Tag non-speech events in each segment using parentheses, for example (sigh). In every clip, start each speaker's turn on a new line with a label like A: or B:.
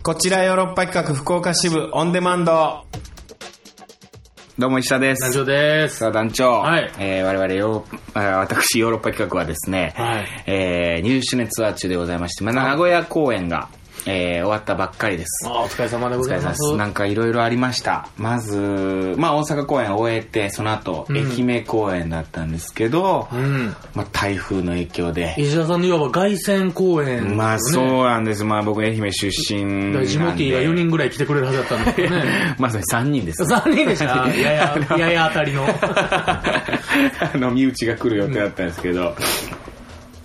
A: こちらヨーロッパ企画福岡支部オンデマンド。どうも石田です。
B: 団長です。
A: さあ団長、
B: はい
A: えー我々ヨーロッパあー私ヨーロッパ企画はですね、
B: はい
A: えー、20周年ツアー中でございまして、まあ、名古屋公演が、えー終わったばっかりです。
B: あお疲れ様でご
A: お疲
B: ざ
A: れ
B: い
A: 様
B: ま。
A: ですす。なんかいろいろありました。まず、まあ大阪公演を終えて、その後、
B: うん
A: 愛媛公演だったんですけど、
B: うん。
A: まあ台風の影響で、
B: 石田さんのいわば凱旋公演、
A: まあそう
B: ね。
A: なんです。まあ僕愛媛出身なん
B: だ
A: で。
B: からジモティーが4人ぐらい来てくれるはずだったんですけ
A: (laughs)
B: どね。
A: まさに3人です。
B: 残念でした。やや、ややあたり
A: (laughs)
B: の。
A: あの、身内が来る予定だったんですけど、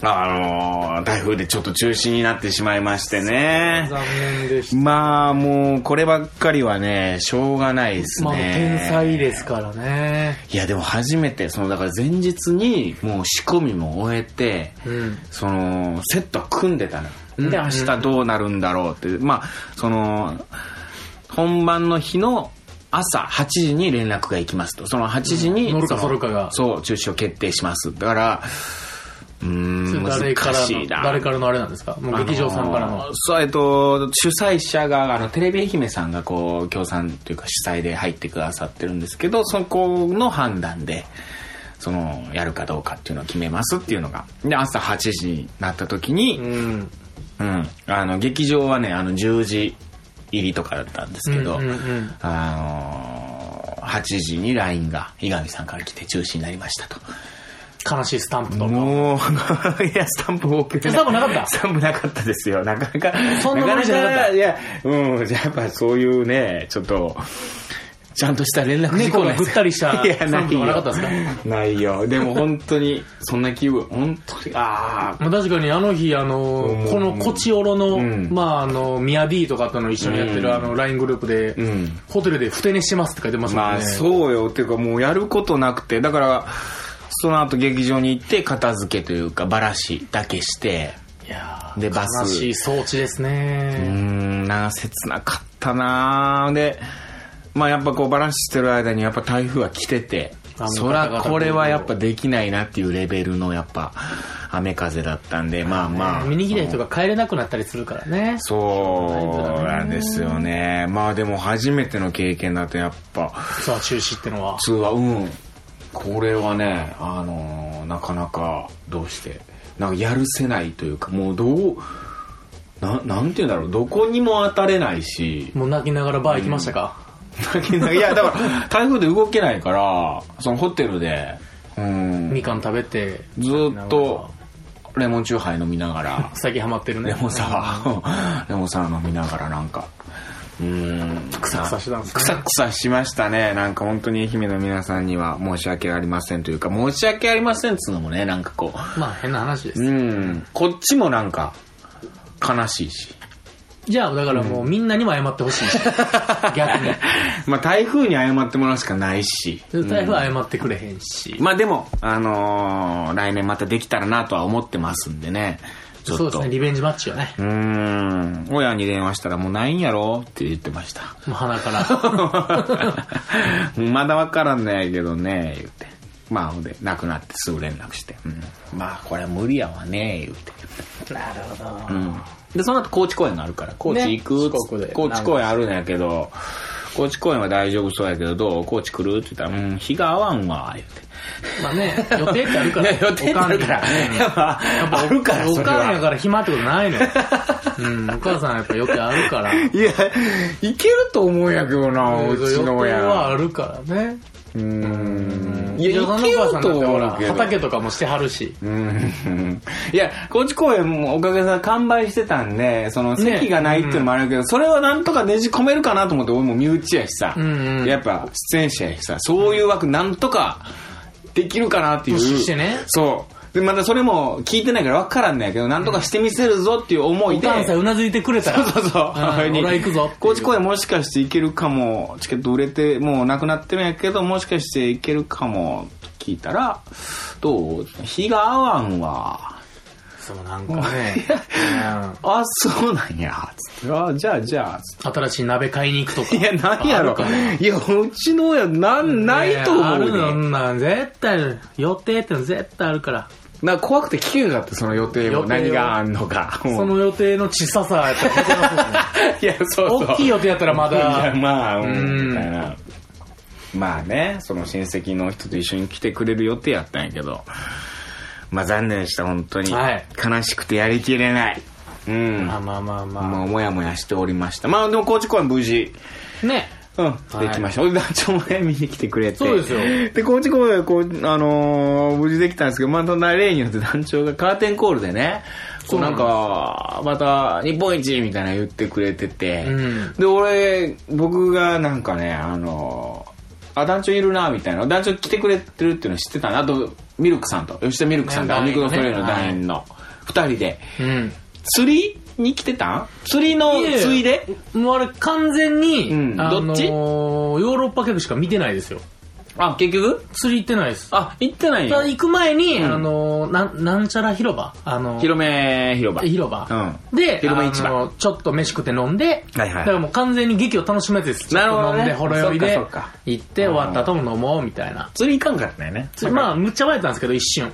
A: あのー台風でちょっと中止になってしまいましてね。
B: 残念でした。
A: まあ、もう、こればっかりはね、しょうがないですね。
B: まあ、天才ですからね。
A: いや、でも初めて、その、だから前日に、もう仕込みも終えて、
B: うん。
A: そのセットは組んでたの
B: うん
A: で明日どうなるんだろうってまあその本番の日の朝8時に連絡が行きますとその8時に、
B: うん乗るか
A: その
B: そるかが
A: そう中止を決定しますだからうー
B: それ
A: ん
B: 誰か
A: 難
B: ら
A: しい
B: の、
A: な
B: 誰からのあれなんですかもう劇場さんから
A: あ
B: の
A: ー。そうえっと主催者があのテレビ愛媛さんがこう協賛というか主催で入ってくださってるんですけどそこの判断でそのやるかどうかっていうのを決めますっていうのがで朝8時になった時に、
B: うん。
A: うん、あの劇場はねあの10時入りとかだったんですけど、
B: うんうんうん
A: あのー8時に LINE が伊上さんから来て中止になりましたと
B: 悲しいスタンプとか。
A: もう、 (laughs) いや、スタンプ多く
B: えスタンプなかった
A: スタンプなかったですよ。なかなか。
B: そんなものじゃなかった
A: かいや、うん、じゃあやっぱそういうね、ちょっと、ちゃんとした連絡事項
B: 猫がぐったりした
A: いや、
B: スタンプがなかったですか
A: ないよ。でも本当に、そんな気分、本当に、ああ。
B: まあ、確かにあの日、あの、
A: うん
B: このコチオロの、
A: うん
B: まあ、あの、ミヤ D とかとの一緒にやってる、
A: うん
B: あの、LINE グループで、
A: うん
B: ホテルでふて寝してますって書いてますもんね。
A: まあそうよ。っていうかもうやることなくて、だから、その後劇場に行って片付けというか、ばらしだけして、
B: いや
A: で
B: で、
A: バ
B: バ
A: ス
B: ス。悲しい装置です
A: うー
B: ね。
A: ん、なあ切なかったなあで、まあやっぱこうバランスしてる間にやっぱ台風は来てて
B: あ、
A: そ
B: ガタ
A: ら
B: ガタ
A: これはやっぱできないなっていうレベルのやっぱ雨風だったんで、まあまあ。
B: 見に来た人が帰れなくなったりするからね。
A: そうなんですよね。まあでも初めての経験だとやっぱ、
B: ツアー中止ってのは
A: 普。通はうん、これはね、あのーなかなかどうして、なんかやるせないというか、もうどう、ななんて言うんだろう、どこにも当たれないし、
B: もう泣きながらバー行きましたか、
A: (laughs) いや、だから、台風で動けないから、そのホテルで、うん、
B: みかん食べて、
A: ずーっと、レモンチューハイ飲みながら、 (laughs)
B: 最近ハマってるね。
A: レモンサワー、 (laughs) レモンサワー飲みながらなんか、うん、くさ
B: くさしてたんですね
A: くさくさしましたね。なんか本当に愛媛の皆さんには申し訳ありませんというか、申し訳ありませんっつうのもね、なんかこ
B: まあ変な話です。
A: う、うん、こっちもなんか、悲しいし。 (laughs)
B: じゃあだからもうみんなにも謝ってほしいし。逆に。
A: まあ台風に謝ってもらうしかないし。
B: 台風謝ってくれへんし。
A: まあでも、あのー来年またできたらなとは思ってますんでね。ちょっと。
B: そうですね、リベンジマッチよね。
A: うーん。親に電話したらもうないんやろって言ってま
B: (laughs)
A: した。
B: もう鼻から。
A: まだわからんないけどね、言って。まあ、ほんで、亡くなってすぐ連絡して。うん、まあ、これ無理やわね、言って。
B: なるほど。
A: うん。で、その後高知公園があるから、高知行く、
B: ね四国で
A: 高知公園あるんやけど、高知公園は大丈夫そうやけど、どう高知来るって言ったら、うん、日が合わんわ、言って。
B: まあね、予定ってあるから。
A: ね予定ってあるから
B: おかんね
A: やっぱ
B: やっぱ
A: あるから
B: お
A: それは
B: かんやから暇ってことな
A: (laughs)
B: いのよ。うん、お母さんはやっぱ予定あるから。
A: いや、いけると思うんやけどな、うちの
B: 予
A: 親。
B: 定はあるからね。
A: うーん。い
B: い
A: や、い
B: や、その
A: け
B: お
A: る
B: 母さんだ
A: と
B: ってほ
A: 思
B: ら、
A: うけど。
B: 畑とかもしてはるし。
A: うんいや、高知公園もおかげさん完売してたんで、その席がないっていうのもあるけど、それはなんとかねじ込めるかなと思って、俺も身内やしさ、
B: うんうん
A: やっぱ出演者やしさ、そういう枠なんとかできるかなっていう。
B: プッシュしてね
A: そう。で、またそれも聞いてないから分からんねんけど、なんとかしてみせるぞっていう思
B: お
A: いで。
B: 母さんうなずいてくれた
A: そ
B: ら。
A: うそうそう。
B: ん
A: それに
B: 俺は行くぞ。
A: 高知公演もしかして行けるかも、チケット売れて、もうなくなってるんやけど、もしかして行けるかも、聞いたら、どう日が合わんわ。
B: そう、なんか
A: (laughs)
B: ね。
A: あ、そうなんや。つって、あ、じゃあじゃあ、つっ
B: うん新しい鍋買いに行くとか。
A: ていや、なんやろ
B: あるかね。
A: いや、うちの親、なん、ないと
B: あ
A: 思う
B: るの、そ
A: ね。
B: んなん絶対ある。予定っての絶対あるから。
A: なんか怖くて聞けんかった、その予定
B: 予定
A: を。
B: を
A: 何があんのか。もう
B: その予定の小ささはやっぱ
A: い
B: り
A: や、そうそう。
B: 大きい予定やったら
A: (laughs)
B: ま
A: いや
B: だ、
A: まあ、う
B: うん
A: ん、みたいな。まあね、その親戚の人と一緒に来てくれる予定やったんやけど、まあ残念でした、本当に。
B: はい
A: 悲しくてやりきれない。うん。
B: まあまあまあまあ、
A: もうもやもやしておりました。まあでも高知公園無事、
B: ね。
A: うん、できました。俺団長もね、見に来てくれて。
B: そうですよ
A: で、高知公園はこう、あのー無事できたんですけど、また例によって団長がカーテンコールでね、こうなんか、また日本一みたいなの言ってくれてて、
B: うん
A: で、俺、僕がなんかね、あのーあ、団長いるな、みたいな。団長来てくれてるっていうの知ってたな。あと、ミルクさんと、吉田ミルクさんと、
B: ね
A: アミクロフレの
B: 団
A: 団
B: 員
A: 員の、二人で、
B: うん。
A: 釣りに来てたん釣りの
B: いえ
A: ついで
B: もうあれ完全に、
A: うん
B: あのー
A: どっち
B: ヨーロッパ客しか見てないですよ。
A: あ、結局
B: 釣り行ってないです。
A: あ、行ってない
B: た
A: よ
B: だ。行く前に、あのーなん、なんちゃら広場あのー
A: 広め広場。
B: 広場、
A: うん
B: で
A: 広場市場
B: あのちょっと飯食って飲んで、
A: はいはい
B: だからもう完全に劇を楽しむやつです
A: なるほどね
B: ちょっと飲んでほろ酔いで
A: そっかそっか
B: 行って終わった後も飲もうみたいな
A: 釣り行かんかったよね。
B: つまあむっちゃ迷ったんですけど一
A: (laughs)
B: 瞬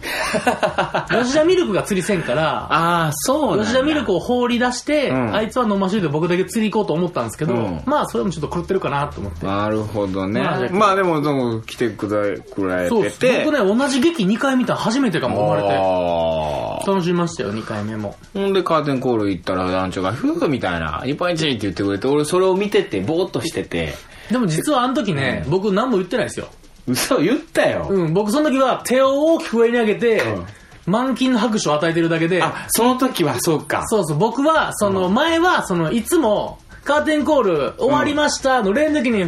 B: 吉田ミルクが釣りせんから
A: ああ、そうなんだ
B: 吉田ミルクを放り出して、
A: うん
B: あいつは飲ましといて僕だけ釣り行こうと思ったんですけど、
A: うん
B: まあそれもちょっと狂ってるかなと思って
A: なるほどね。
B: まあじゃあ
A: まあでも、でも来てくだくれ
B: そう
A: て
B: です僕
A: て。
B: ね同じ劇2回見たの初めてかも生まれ
A: あ
B: て楽しみましたよ2回目も
A: ーほんでカーテンコール行ったら団長が「ふう」みたいな「日本一!」って言ってくれて俺それを見ててぼーっとしてて
B: でも実はあの時ね、僕何も言ってないですよ
A: 嘘言ったよ、
B: うん、僕その時は手を大きく上に上げて、満金の拍手を与えてるだけで、
A: あその時はそうか
B: そうそう、僕は、その前は、そのいつも、カーテンコール終わりましたの例の時に、フォ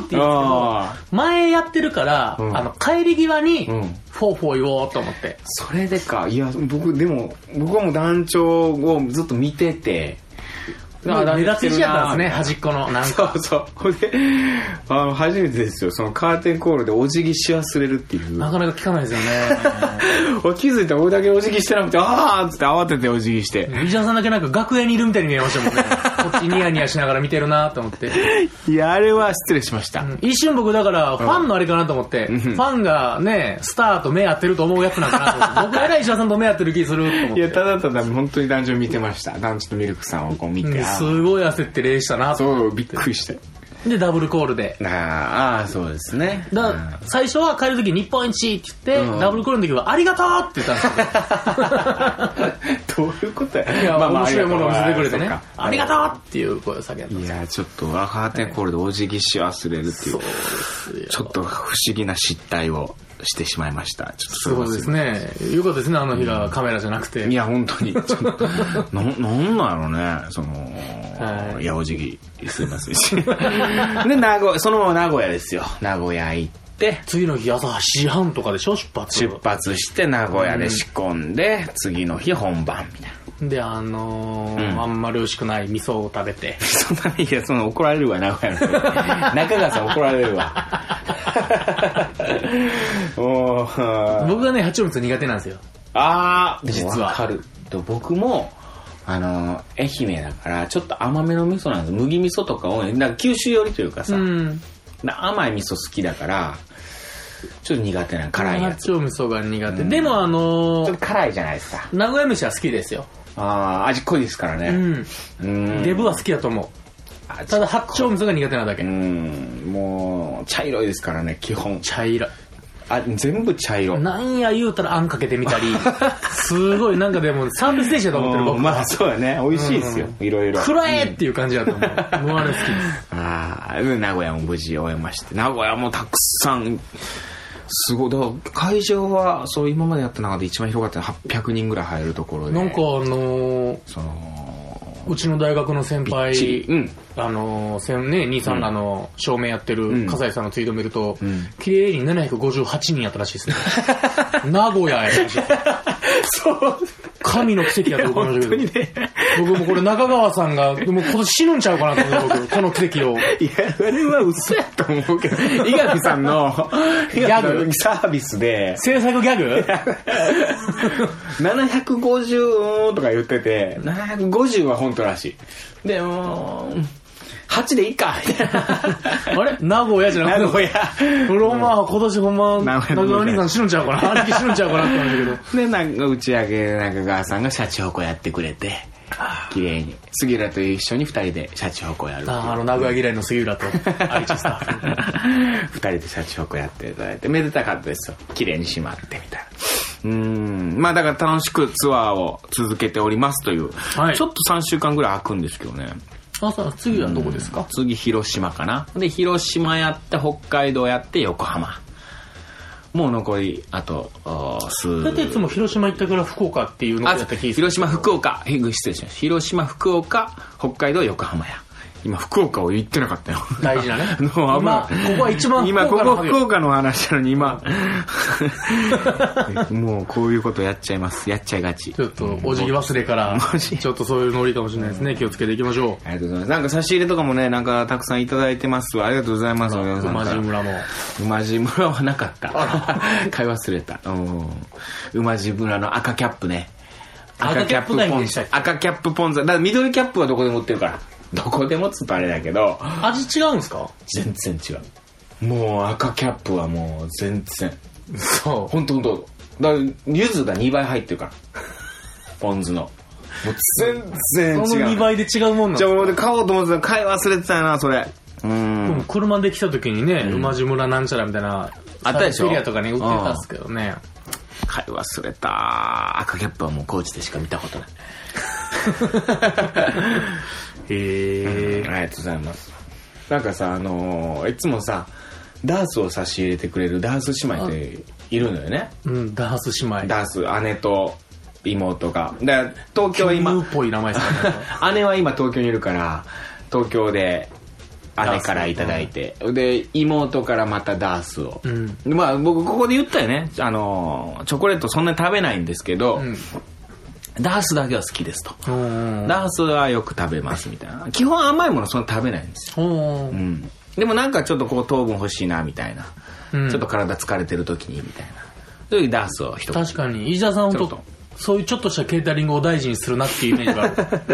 B: ーって言うん
A: あ
B: ですけど、前やってるから、
A: ん
B: あの、帰り際に
A: うん、
B: フォーフォー言おうと思って。
A: それでかいや僕でも僕はもう団長をずっと見てて
B: 目立ち石やったんですね、
A: ね
B: 端っこの。なんか、
A: (laughs) そうそう。ほんで、あの、初めてですよ。そのカーテンコールでお辞儀し忘れるっていう。
B: なかなか聞かないですよね。 (laughs)
A: 俺気づいたら俺だけお辞儀してなくて、あーっつって慌ててお辞儀して。
B: ビジャンさんだけなんか楽屋にいるみたいに見えましたもんね。
A: (laughs)
B: こっちニヤニヤしながら見てるなと思って。
A: いや、あれは失礼しました。
B: 一瞬僕だからファンのあれかなと思って、ファンがね、スターと目合ってると思うやつなんかなと思って、僕らが石田さんと目合ってる気すると思っ
A: いや、
B: て。
A: ただただ本当に男女見てました。男女とミルクさんをこう見
B: う
A: て。
B: ん
A: あー
B: すごい焦って礼したなと
A: そう、びっくりして。
B: で、ダブルコールで。
A: あーあー、そうですね。
B: だ
A: うん
B: 最初は帰る時日本一って言って、
A: うん
B: ダブルコールの時はありがとうって言ったんです
A: どういうことや。
B: (laughs) よ。いや、面白いものを見せてくれてね。
A: あ
B: あ
A: り
B: り
A: が
B: が
A: とう
B: とうっていう声を叫んだんで
A: いや、ちょっと、カーテンコールでお辞儀し忘れるって
B: す。
A: いう
B: そう。ですよ。
A: ちょっと不思議な失態をしてしまいました。ちょっと
B: すごいですね。よかったですね、あの日がカメラじゃなくて。
A: いや、本
B: (laughs)
A: 当に。ちょっと、な、なんなのね、その、
B: はい
A: 八百じぎ、すいませ
B: (laughs)
A: ん。で、名古屋、そのまま名古屋ですよ。名古屋行って、
B: 次の日朝8時半とかでしょ、出発。
A: 出発して名古屋で仕込んで、次の日本番みたいな。 (laughs)
B: で、あのー
A: うん
B: あんまり美味しくない味噌を食べて。
A: そんな、いや、その怒られるわ、名古屋の人に。中川さん怒られるわ。
B: (laughs)
A: もう、
B: 僕がね、八王子苦手なんですよ。
A: あー、
B: 実は
A: でもわかる。と僕も、あの、愛媛だから、ちょっと甘めの味噌なんです。麦味噌とか多い。なんか九州寄りというかさ、
B: うん。
A: な甘い味噌好きだから、ちょっと苦手なの辛いやつ。ち
B: 八王子味噌が苦手。でも、あの
A: ょっ
B: ー
A: と辛いじゃないですか。
B: 名古屋飯は好きですよ。
A: あー、味濃いですから
B: う
A: ね。
B: ん。
A: うん。
B: デブは好きだと思
A: 味
B: う。ただ、八丁味噌が苦手なだ
A: う
B: け。
A: ん。もう、茶色いですからね、基本。
B: 茶色い。
A: あ、全部茶色。
B: なんや言うたらあんかけてみたり、 (laughs) すごいなんかでもサービス精神だと思ってる
A: うん
B: 僕
A: まあ
B: は。
A: そうだね。美味しいですよ。いろいろ。
B: くらえっていう感じだと思う。もうあれ好きです。
A: ああ、で名古屋も無事終えまして、名古屋もたくさん、すごい、だから会場は、そう、今までやった中で一番広かったのは800人ぐらい入るところで、
B: なんかあのー
A: その、
B: うちの大学の先
A: びっちり
B: 輩、
A: うん
B: あの、先ね、兄さんらの照明やってる、
A: ん
B: 笠井さんのツイート見ると、
A: ん
B: 綺麗に758人やったらしい
A: (laughs)
B: ですね。名古屋やったらしいですね
A: そう、
B: 神の奇跡やと思いま
A: 本
B: した
A: 当
B: け
A: に
B: ど。
A: ね、
B: 僕もこれ中川さんが、でも今年死ぬんちゃうかなと思って、僕、この奇跡を。
A: いや、あれは嘘やと思うけど、伊垣さんの、
B: ギャグ
A: 伊垣さんのサービスで、
B: 制作ギャグ
A: 750とか言ってて、750は本当らしい。でも、8でいいか、みたい
B: (laughs)
A: な。
B: あれ名古屋じゃな
A: 名
B: くて、
A: 古屋。
B: 俺ほんま、今年ほんま、
A: 名
B: 名
A: 古屋の
B: 古屋兄さん死ぬんちゃうかな、 (laughs) 兄貴死ぬんちゃうかなって思うんだけど。
A: で、なんか打ち上げで中川さんがシャチホコやってくれて、綺麗に杉浦と一緒に二人でシャチホコやるっていう
B: あーあの名古屋嫌いの杉浦 (laughs) と愛知スタッフ
A: 二人でシャチホコやっていただいて、めでたかったですよ。綺麗にしまってみたいな。うーん。まあだから楽しくツアーを続けておりますという。
B: はい
A: ちょっと3週間ぐらい空くんですけどね。
B: あそう次はどこですか、
A: 次広島かな。で、広島やって、北海道やって、横浜。もう残り、あと、おー数。
B: だいたいいつも広島行ったから福岡っていうのを
A: あ
B: やった気がする
A: 広島、福岡。へぐ失礼しました。広島、福岡、北海道、横浜や。今、福岡を言ってなかったよ。 (laughs)
B: 大事なね (laughs)
A: の危
B: 今
A: ない
B: ここは一番
A: 今、
B: 福
A: こ
B: 岡の
A: こ
B: 話
A: 福岡の話なのに、
B: (laughs)
A: 今。もう、こういうことやっちゃいます。やっちゃいがち。
B: ちょっとお辞儀忘れ (laughs) から
A: マジ
B: ちょっとそういうノリかもしれないですね気をつけていきましょ
A: ありがとうございます。なんか差し入れとかもね、なんかたくさんいただいてます。ありがとうございます。馬
B: う馬路村も
A: 馬路村はなかった。買い忘れた。うん馬路村の赤キャップね。
B: 赤キャップ何
A: ポン
B: でしたっけ
A: 赤キャップポン酢。だから緑キャップはどこでも売ってるから。どこでもっつうとあれだけど、
B: 味違うんですか
A: 全然違う。もう赤キャップはもう全然。
B: そ
A: ほんとほんと。だから、柚子が2倍入ってるから。ポン酢の。もう全然違
B: う
A: う。
B: その2倍で違うもんなん
A: じゃ
B: で
A: あ
B: すか
A: 俺買おうと思ってた買い忘れてたな、それ。うん。
B: でも車で来た時にね、馬路村なんちゃらみたいな
A: あったでしょ
B: サービスエリアとかに売ってたんですけどね
A: 買い忘れた。赤キャップはもう高知でしか見たことない。
B: (laughs) へえ
A: ありがとうございます。なんかさ、あのーいつもさ、ダースを差し入れてくれるダース姉妹っているのよね。
B: うんダース姉妹
A: ダース、姉と妹が。だから東京
B: ムー
A: 今
B: っ、ぽい名前です
A: (laughs)
B: かね
A: 姉は今東京にいるから、東京で姉からいただいて、で、妹からまたダースを。
B: うん
A: でまあ僕ここで言ったよね、あのーチョコレートそんなに食べないんですけど、
B: うん
A: ダースだけは好きですと。
B: うん
A: ダースはよく食べますみたいな。基本甘いものそんな食べないんですよ。
B: うん
A: うん。でもなんかちょっとこう糖分欲しいなみたいな。
B: うん
A: ちょっと体疲れてる時にみたいな。そういうダースを一口。
B: 確かに飯田さんはち
A: ち
B: ょっ
A: ょっ
B: とそういうちょっとしたケータリングを大事にするなっていうイメー
A: (laughs)
B: ジがあ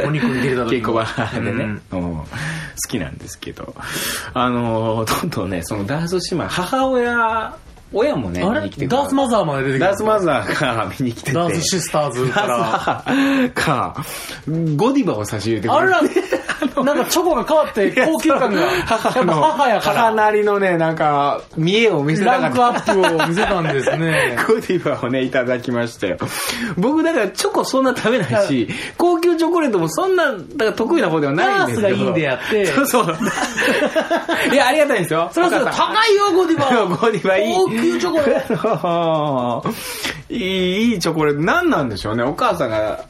B: るお肉に入れた
A: 稽
B: 時に
A: 古場で
B: う
A: ね
B: ん、
A: うん好きなんですけど。あのー、どんどんね、そのダース姉妹、母親、親もね、
B: あ
A: 見
B: れ
A: に来てく
B: ダースマザーまで出てきた
A: ダースマザーが見に来てて。
B: ダースシスターズか
A: ダ
B: ら
A: ースマザーか、ゴディバを差し入れてく
B: あ
A: れる
B: らなんかチョコが変わって高
A: (laughs)
B: 級感がやっぱ
A: 母の、
B: 母やか
A: 母
B: ら
A: なりのね、なんか、見栄を見せな
B: ラ
A: か
B: ン
A: っ
B: ク
A: た
B: ア。ップを見せたんです
A: (laughs)
B: ね
A: ゴディバをね、いただきましたよ。僕、だからチョコそんな食べないし、高級チョコレートもそんな、だから得意な方ではないんですけど。
B: ダースがいいんであって
A: そうそう。いや、ありがたいんですよ。
B: (laughs) それはそう
A: お母さん
B: 高いよゴディバ
A: ゴデ (laughs) ィバいい。
B: 高級チョコレ
A: ート。 (laughs) いい、いいチョコレート。何なんでしょうね。お母さんが、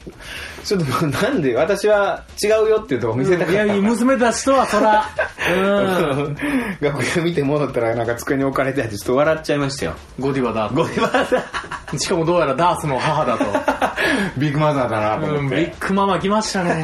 A: ちょっとなんで、私は違うよっていうとこ見せたか
B: い
A: った
B: や
A: の
B: い
A: か
B: や
A: な。
B: 娘たちとはそらうん
A: (laughs) 学園見て戻ったらなんか机に置かれてあってちょっと笑っちゃいましたよ。 (laughs)
B: ゴディバだ
A: ゴディバだ。
B: しかもどうやらダースの母だと
A: ビッグマザーだなと
B: う
A: 思
B: ん
A: っ
B: ビ
A: て。
B: ッグママ来ましたね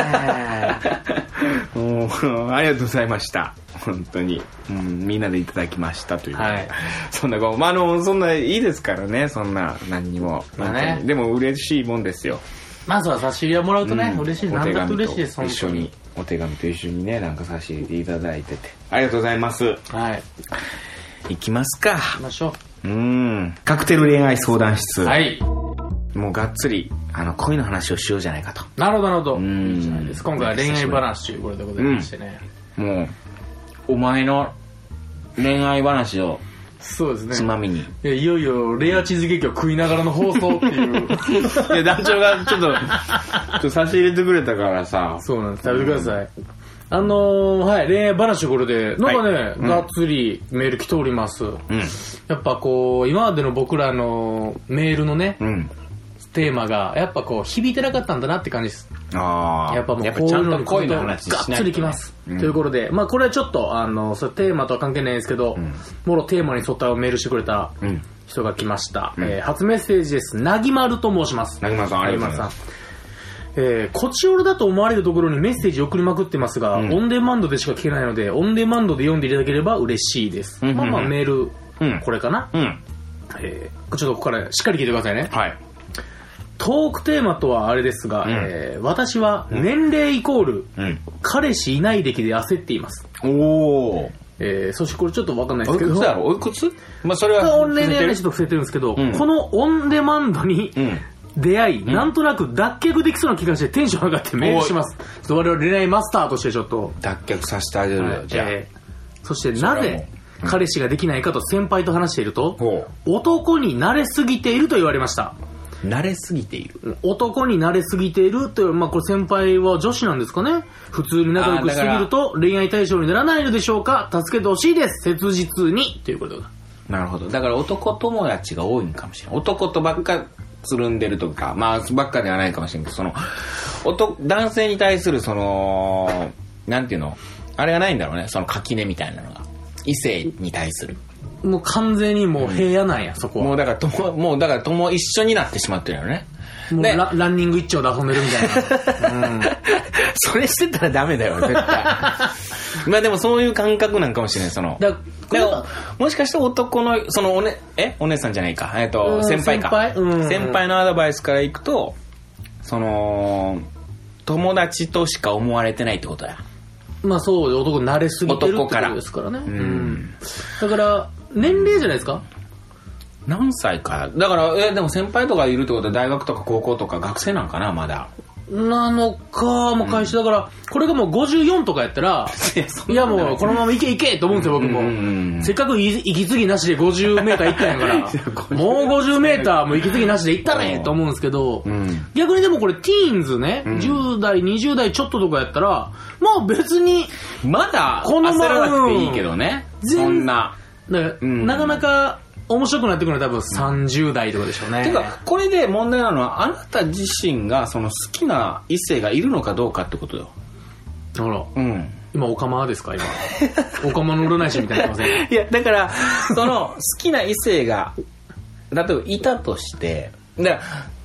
A: (laughs) うんありがとうございました。本当に。うんみんなでいただきましたという。
B: はい
A: そんなご、まあ、あの、そんないいですからね、そんな、何にも。
B: まあね
A: 本当にでも嬉しいもんですよ。
B: まずは差し入れをもらうとね
A: うん
B: 嬉しい
A: お
B: なん
A: 手
B: だって
A: 紙
B: 嬉しいです
A: と一緒に、お手紙と一緒にね、なんか差し入れていただいてて。ありがとうございます。
B: 本当にはい
A: いきますか。
B: 行きましょ
A: うん。カクテル恋愛相談室。
B: うはい
A: もうがっつり、あの、恋の話をしようじゃないかと。
B: なるほどなるほど
A: ん
B: いいじゃないですか今回は恋愛話ということでございましてね
A: もう、お前の恋愛話を
B: そうですね
A: つまみに。
B: いやいよいよレアチーズケーキを食いながらの放送って (laughs) いう
A: いや、団長がちょっと、 (laughs) ちょっと差し入れてくれたからさ。
B: そうなんです食べてくださいあのーはい恋愛話ところでなんかね、
A: はいうん
B: がっつりメール来ております、
A: うん。
B: やっぱこう今までの僕らのメールのね、
A: うん。
B: テーマがやっぱこう響いてなかったんだなって感じです
A: ああ。
B: やっぱもうこう
A: ち
B: い
A: ゃ
B: うんの
A: と
B: にこう
A: 恋
B: いう
A: の
B: のがっ
A: 話しないとね
B: つりきます、
A: うん
B: ということでまあこれはちょっとあのそれテーマとは関係ないですけど、もろテーマに沿ったメールしてくれた
A: うん。
B: 人が来ました、
A: ん
B: えー初メッセージですなぎまると申します
A: なぎまさんありがとうございま
B: なぎまさんえー、こちおろだと思われるところにメッセージ送りまくってますが、
A: うん
B: オンデマンドでしか聞けないのでオンデマンドで読んでいただければ嬉しいです、
A: うんうん
B: ま
A: う
B: あ
A: ん
B: まあメール、
A: うん
B: これかな、
A: うん。
B: えーちょっとここからしっかり聞いてくださいね
A: はい。
B: トークテーマとはあれです
A: ん
B: が、えー私は年齢イコール、
A: うん。
B: 彼氏いない歴で焦っています。
A: おお。
B: えー、そしてこれちょっとわかんないで
A: おい
B: すけど。
A: くつだろうおいくつまあ、それは。
B: オンラインでやる人と伏せてるんですけど、
A: うん
B: このオンデマンドに、
A: うん
B: 出会い、なんとなく脱却できそうな気がしてテンション上がってメールします。ちょっと我々恋愛マスターとしてちょっと。
A: 脱却させてあげるよ、じゃあ、
B: えーそしてなぜ彼氏ができないかと先輩と話していると、
A: ほ
B: 男に慣れすぎていると言われました。
A: う慣れすぎている
B: 男に慣れすぎているという、まあこれ先輩は女子なんですかね普通に仲良くしすぎると恋愛対象にならないのでしょうか助けてほしいです切実にということだ。
A: なるほどだから男友達が多いんかもしれない男とばっかつるんでるとかまあばっかではないかもしれんけどその男男性に対するそのなんていうのあれがないんだろうねその垣根みたいなのが異性に対する
B: もう完全にもう平野なんや、そこは。
A: もうだからとももうだからとも一緒になってしまってるよね
B: もう
A: ね
B: ラランニング一丁で遊んでるみた (laughs) いな。
A: (laughs) それしてたらダメだよ、絶対。まあでもそういう感覚なんかもしれない、その。
B: だ
A: で
B: から
A: も、もしかして男の、そのおね、えお姉さんじゃないか。えっ
B: う
A: と、
B: ん
A: 先輩か。
B: 先輩うん
A: 先輩のアドバイスからいくと、その、友達としか思われてないってことだ。
B: まあそうで男に慣れすぎてるって
A: 男
B: こ
A: から
B: とですからね。うんんだから、年齢じゃないですか
A: 何歳か。だから、え、でも先輩とかいるってことは大学とか高校とか学生なんかな、まだ。
B: なのか、もう会社だから、これがもう54とかやったら、
A: いやそ
B: い
A: んな
B: や
A: ことない
B: もうこのままいけいけと思うんですよ、僕
A: うんうんう
B: も。
A: ん
B: せっかくい息継ぎなしで50メーター行ったん
A: (laughs)
B: やから、もう50メーターも息継ぎなしで行った
A: う
B: ね
A: ん
B: と思うんですけど
A: ん、
B: 逆にでもこれティーンズね、10代、20代ちょっととかやったら、まあ別に、
A: まだ、
B: このま
A: 焦
B: ま
A: らなくていいけどね。
B: 全
A: そんな。
B: だから
A: ん
B: なかなか面白くなってくるのは多分30代とかでしょうね。
A: てか、これで問題なのは、あなた自身が、その好きな異性がいるのかどうかってことよ。
B: ほら、
A: うん。
B: 今、オカマですか今。オカマの占い師みたいになってませ
A: (laughs)
B: ん
A: いや、だから、その、好きな異性が、例えばいたとして、で、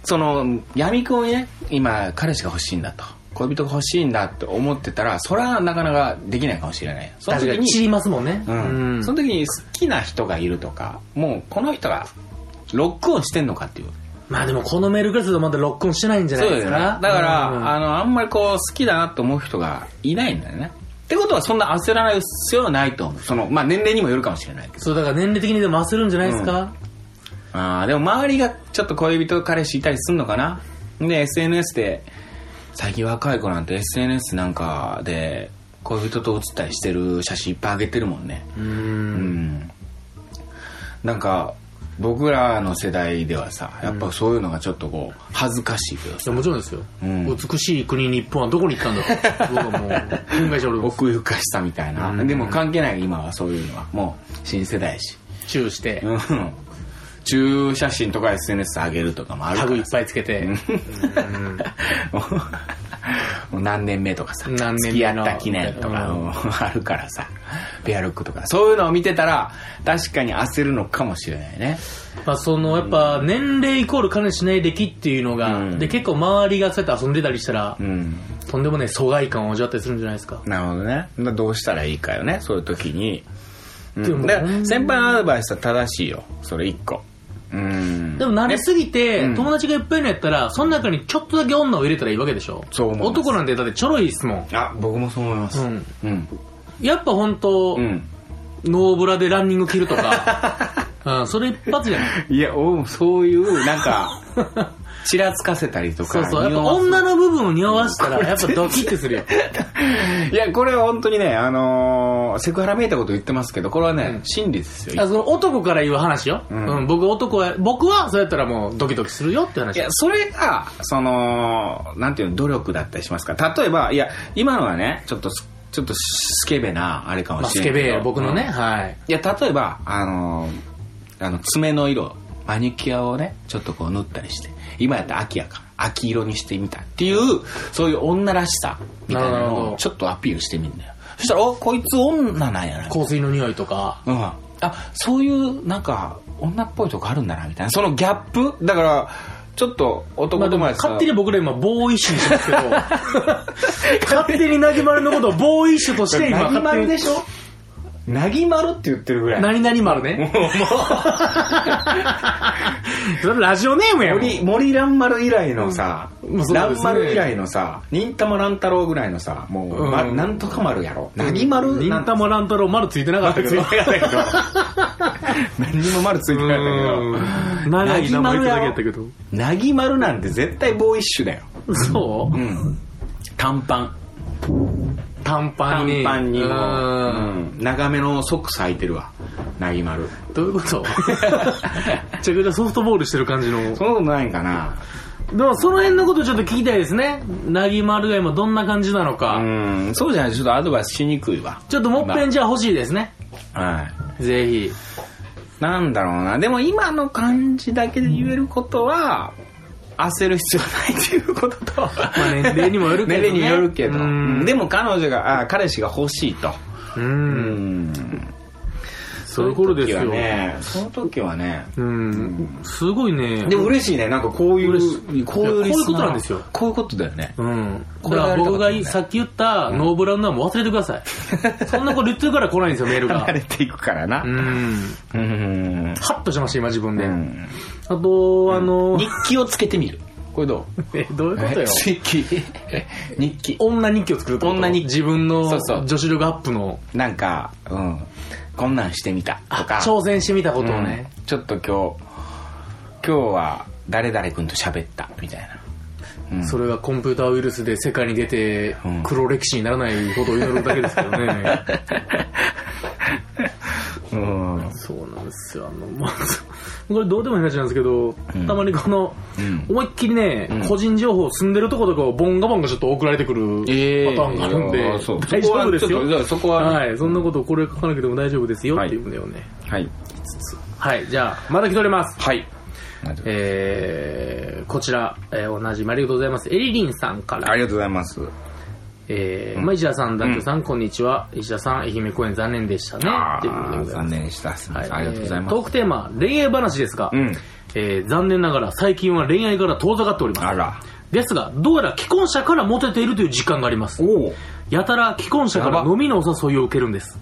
A: その、闇雲にね、今、彼氏が欲しいんだと。恋人が欲しいんだって思ってたら、それはなかなかできないかもしれない。その時
B: (laughs) 確かに散
A: に、
B: りますもんね。
A: うん
B: うん
A: その時に好きな人がいるとか、もうこの人がロックオンしてんのかっていう。
B: まあでもこのメールクラスでまだロックオンしてないんじゃ
A: そ
B: な
A: うだ
B: いで
A: よ
B: す
A: ね。
B: か。
A: だから、
B: うん
A: あの、あんまりこう、好きだなと思う人がいないんだよね。ってことは、そんな焦らない必要はないと思う。その、まあ、年齢にもよるかもしれないけど。
B: そうだから年齢的にでも焦るんじゃないですか。
A: ああ、でも周りがちょっと恋人、彼氏いたりすんのかなで、SNS で、最近若い子なんて SNS なんかで、恋人と写ったりしてる写真いっぱいあげてるもんね。
B: う。
A: うんん。なんか、僕らの世代ではさ、やっぱそういうのがちょっとこう、恥ずかしいけど
B: い
A: さ、
B: やもちろんですよ、
A: うん
B: 美しい国日本はどこに行ったんだと (laughs) 僕はもう憤慨しております
A: 奥ゆかしさみたいな。
B: うん
A: でも関係ない今はそういうのは。もう、新世代やし。
B: チューして
A: うん。中写真とか SNS 上げるとかもある
B: タ
A: か
B: グい
A: ら
B: っぱいつけて
A: もう何年目とかさ、
B: 何年目の
A: 付き合った記念とか、
B: う
A: あるからさ、ペアルックとか、そういうのを見てたら、確かに焦るのかもしれないね。
B: まあ、そのやっぱ年齢イコール関連しない歴っていうのが、
A: うん
B: で結構周りがそうやって遊んでたりしたら、
A: うん。
B: とんでもない疎外感を味わったりするんじゃないですか、
A: なるほどね。だどうしたらいいかよね、そういう時に。うん、
B: でも
A: だ
B: ほんま
A: 先輩のアドバイスは正しいよ、それ一個。うん。
B: でも慣れすぎて、
A: うん
B: 友達がいっぱいいるのやったらその中にちょっとだけ女を入れたらいいわけでしょ
A: そう思います
B: 男なんてだってちょろいですもん、
A: あ、僕もそう思います。
B: う
A: うん。
B: ん、
A: うん。
B: やっぱ本当、ノーブラでランニング着ると
A: (laughs)
B: か、うん、それ一発じゃない
A: いや、おうそういう、なんか、
B: (laughs)
A: ちらつかせたりとか。
B: そうそうやっぱ
A: 匂わせ
B: 女の部分を匂わしたらやっぱドキッてする
A: (laughs)
B: よ
A: いや、これは本当にね、あのーセクハラめいたこと言ってますけど、これはね、
B: うん
A: 真理です
B: あ
A: よ。
B: その男から言う話よ、
A: ん
B: うん僕男は僕はそうやったらもうドキドキするよって話
A: いや、それが、その、なんていうの、努力だったりしますから。例えば、いや、今のはね、ちょっとす、ちょっとスケベな、あれか
B: ま
A: も
B: あ、
A: し
B: ス
A: れな
B: ケ
A: いけど。
B: ベや僕のね、
A: うん
B: はい
A: いや、例えば、あのーあの、爪の色、マニキュアをね、ちょっとこう塗ったりして、今やったら秋やから、秋色にしてみたっていう、そういう女らしさ、みたいな
B: なるほ
A: のを
B: ど
A: ちょっとアピールしてみるんだよ。そしたら、お、こいつ女なんやな、
B: 香水の匂いとか
A: うん、あそういうなんか女っぽいとこあるんだなみたいなそのギャップだからちょっと
B: ま
A: 男
B: あで
A: 友
B: も
A: 達と
B: 勝手に僕ら今ボーイッシュにしてますけど
A: (laughs)
B: 勝手になぎまるのことをボーイッシュとして今
A: なぎまる
B: 勝手に
A: でしょなぎまるって言ってるぐらい。
B: 何々丸ね。
A: もう
B: (laughs) それラジオネームやもん。
A: 森、森蘭丸以来のさ、
B: うんもうそうで
A: 蘭
B: すね
A: 丸以来のさ、忍たま乱太郎ぐらいのさ、もう、ま
B: うん
A: なんとか丸やろ。なぎ丸
B: 忍たま乱太郎丸ついてなかったけど。
A: (laughs) 何にも丸ついてなかったけど。
B: うん長い名前いただけやった
A: ど。
B: けど。
A: なぎ丸なんて絶対ボーイッシュだよ。
B: そう
A: うん。短パン。
B: 短パン
A: 短
B: に。
A: パンにも、
B: う
A: うんん長めのソックス履いてるわ。なぎ丸。
B: どういうこと (laughs) めちゃくちゃソフトボールしてる感じの。
A: そんなことないんかな。
B: でもその辺のことちょっと聞きたいですね。なぎまるが今どんな感じなのか。
A: うん、そうじゃないとちょっとアドバイスしにくいわ。
B: ちょっともっぺんじゃあ欲しいですね。
A: はい。
B: ぜひ。
A: なんだろうな。でも今の感じだけで言えることは、焦る必要ないっていうことと。ま
B: あ年齢にもよるけどね
A: 年齢によるけど。
B: う
A: うんんでも彼女が、あ彼氏が欲しいと。
B: う。
A: うんん。
B: そういう頃です
A: そ
B: よ。
A: の時はね。その時はね。
B: うん。すごいね。
A: でも嬉しいね。なんかこうい、
B: 嬉しいう
A: こういうリ
B: いやこういう
A: ス
B: こと
A: ナー
B: なんですよ
A: こういうことだよね。
B: うん。
A: こ
B: だか
A: れは
B: ら
A: やりたかっ
B: 僕
A: た
B: が
A: ね
B: さっき言ったノーブランドはもう忘れてくださ (laughs) い。そんなこと言ってるから来ないんですよ、メールが
A: 離。れていくからな
B: う。ん。
A: うん。
B: ハッとしました、今自分で。
A: う
B: あ
A: ん
B: と、あの、
A: 日記をつけてみる。これどう
B: えどういうことよ。
A: 日記。日記。
B: (laughs) 女日記を作るってこと
A: 女日記
B: 自分の
A: そうそう
B: 女子力アップの
A: なんか、うん、こんなんしてみたとか、
B: 挑戦してみたこ
A: うん
B: とをね。
A: ちょっと今日、今日は誰々君と喋ったみたいな。うん
B: それがコンピューターウイルスで世界に出て
A: うん
B: 黒歴史にならないことを祈るだけですけど
A: (laughs)
B: ね。
A: うん。
B: そうなんですよ。あの、まあ、これどうでもいい話なんですけど、
A: うん
B: たまにこの、
A: うん
B: 思いっきりね、
A: うん
B: 個人情報住んでるとことかをボンガボンがちょっと送られてくるパターンがあるんで、
A: えーそう
B: 大丈夫です
A: そこはちょっ
B: よ。
A: とそこは
B: はい、そんなことこれ書かなくても大丈夫ですよっていうのをね。
A: はい。
B: はい、じゃあ、まだ来ております。
A: はい。
B: えー、こちら、えー、おなじみありがとうございます。エリリンさんから。
A: ありがとうございます。
B: えーまあ、石田さん、ダンさん、こんにちは。石田さん、愛媛公演残念でしたね。
A: あ
B: ということで
A: ー
B: ございま
A: 残
B: す
A: 念でした。すみま
B: は
A: せんありがとうございます
B: えートー。クテーマ、恋愛話ですが、
A: うん
B: えー残念ながら最近は恋愛から遠ざかっており
A: あ
B: ます。
A: ら。
B: ですが、どうやら既婚者からモテているという実感があります。
A: お
B: やたら既婚者から
A: やば
B: 飲みのお誘いを受けるんです。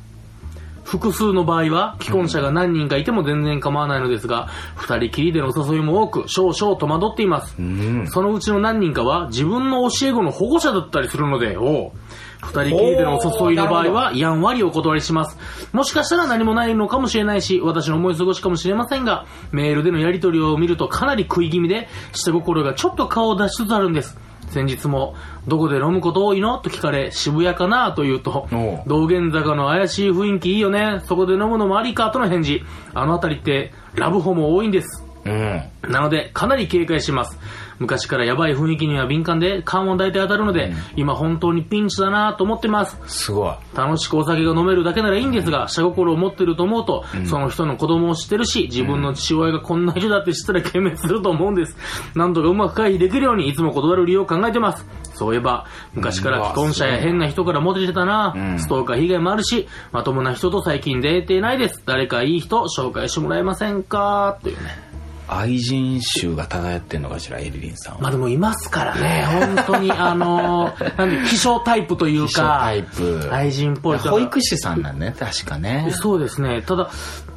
B: 複数の場合は、既婚者が何人かいても全然構わないのですが、二、人きりでのお誘いも多く、少々戸惑っています。
A: うん。
B: そのうちの何人かは自分の教え子の保護者だったりするので、おう二人きりでのお誘いの場合は、やんわりお断りします。もしかしたら何もないのかもしれないし、私の思い過ごしかもしれませんが、メールでのやり取りを見るとかなり食い気味で、下心がちょっと顔を出しつつあるんです。先日も、どこで飲むこと多いのと聞かれ、渋谷かなと言うと
A: おう、
B: 道玄坂の怪しい雰囲気いいよね。そこで飲むのもありかとの返事。あの辺りって、ラブホも多いんです。
A: うん。
B: なので、かなり警戒します。昔からやばい雰囲気には敏感で、感は大体当たるので、今本当にピンチだなと思ってます。
A: すごい。
B: 楽しくお酒が飲めるだけならいいんですが、下心を持ってると思うと、その人の子供を知ってるし、自分の父親がこんな人だって知ったら懸命すると思うんです。なんとかうまく回避できるように、いつも断る理由を考えてます。そういえば、昔から既婚者や変な人からモテてたな、
A: うん
B: ストーカー被害もあるし、まともな人と最近出会えていないです。誰かいい人紹介してもらえませんかというね。
A: 愛人臭が漂ってんのかしら、エリリンさんは。
B: まあでもいますからね、本当に、あのー、なんで、希少タイプという
A: 秘書
B: か、
A: タイプ。
B: 愛人っぽい。
A: 保育士さんなんだね、確かね。
B: そうですね、ただ、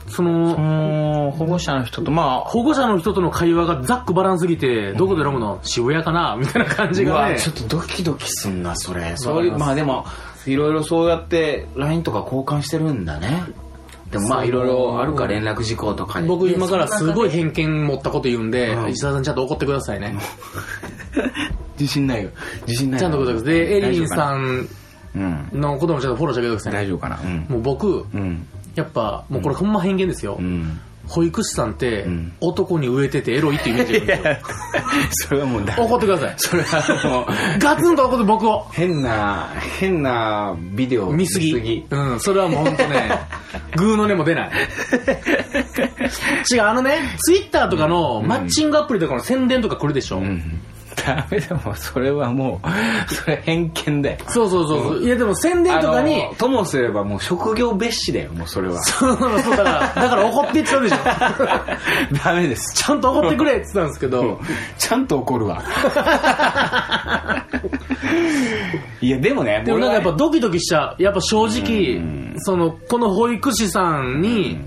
B: その、
A: うん、保護者の人と、まあ、
B: 保護者の人との会話がざっくばらんすぎて、どこで飲むの渋谷かなみたいな感じ
A: う
B: が
A: わ
B: ね。
A: ちょっとドキドキすんな、それ。そういう、
B: ま
A: まあでも、いろいろそうやって LINE とか交換してるんだね。でもま
B: そ
A: あ
B: う
A: いろいろあるか連絡事項とかに。
B: 僕今からすごい偏見持ったこと言うんで
A: う、ん
B: 石田さんちゃんと怒ってくださいね。
A: 自信ないよ。自信ない
B: ちゃんと怒ってください。で、エリンさ
A: ん。
B: ん
A: うん。
B: のこともちゃんとフォローしてあげてください
A: 大
B: ね。
A: 丈夫かな。うん。
B: もう僕、
A: うん。
B: やっぱ、もうこれほんま偏見ですよ
A: う。ん。 (laughs)
B: 保育士さんって
A: ん、
B: 男に植えててエロいってイメージなんですよ。
A: それはもうだ。
B: 怒ってください。
A: それはもう、
B: ガツンと怒って僕を。
A: 変な、変なビデオ
B: 見すぎ。うん、それはもうほんと (laughs) ね、グーの音も出ない。違う、あのね、ツイッターとかのマッチングアプリとかの宣伝とか来るでしょ。
A: うん。ダメでもそれはもうそれ偏見だよ
B: そうそうそうそう。いやでも宣伝とかに
A: あ、のともすればもう職業蔑視だよもうそれは
B: (laughs) そうそうだから、だから怒ってって言ったでしょ。
A: (laughs)
B: (laughs)
A: ダメです
B: ちゃんと怒ってくれって言ってたんですけど、
A: ちゃんと怒るわ (laughs) いやでもね
B: でもなんかやっぱ
A: 俺は
B: ドキドキしちゃう。やっぱ正直、その、この保育士さんに、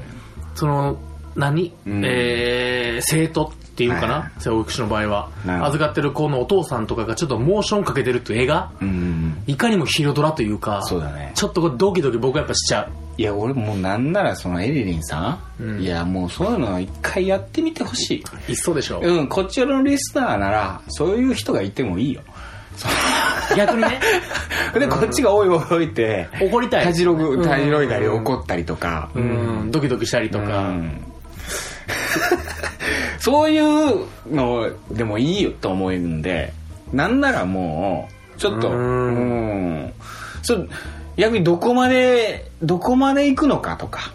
B: その、何、
A: ん
B: えー、生徒っていうか
A: はいは
B: な、保育士の場合は
A: なるほ。ど
B: 預かってる子のお父さんとかがちょっとモーションかけてるっていう映画、
A: うん
B: いかにもヒロドラというか、
A: そうだね
B: ちょっとこれドキドキ僕はやっぱしちゃ
A: いや俺もうなんならそのエリリンさん、
B: うん。
A: いやもうそういうの一回やってみてほしいう
B: いっそでしょ。
A: うんこちらのリスナーならそういう人がいてもいいよそう
B: 逆に
A: (laughs)
B: ね、
A: でこっちがおいおいって
B: 怒りたい。
A: たじろぐ
B: うん
A: たじろいだり怒ったりとか、
B: うん、ドキドキしたりとか。
A: うん、 (laughs) そういうのでもいいよと思うんでなんならもうちょっと
B: う
A: うんんそう逆にどこまでどこまで行くのかと (laughs) か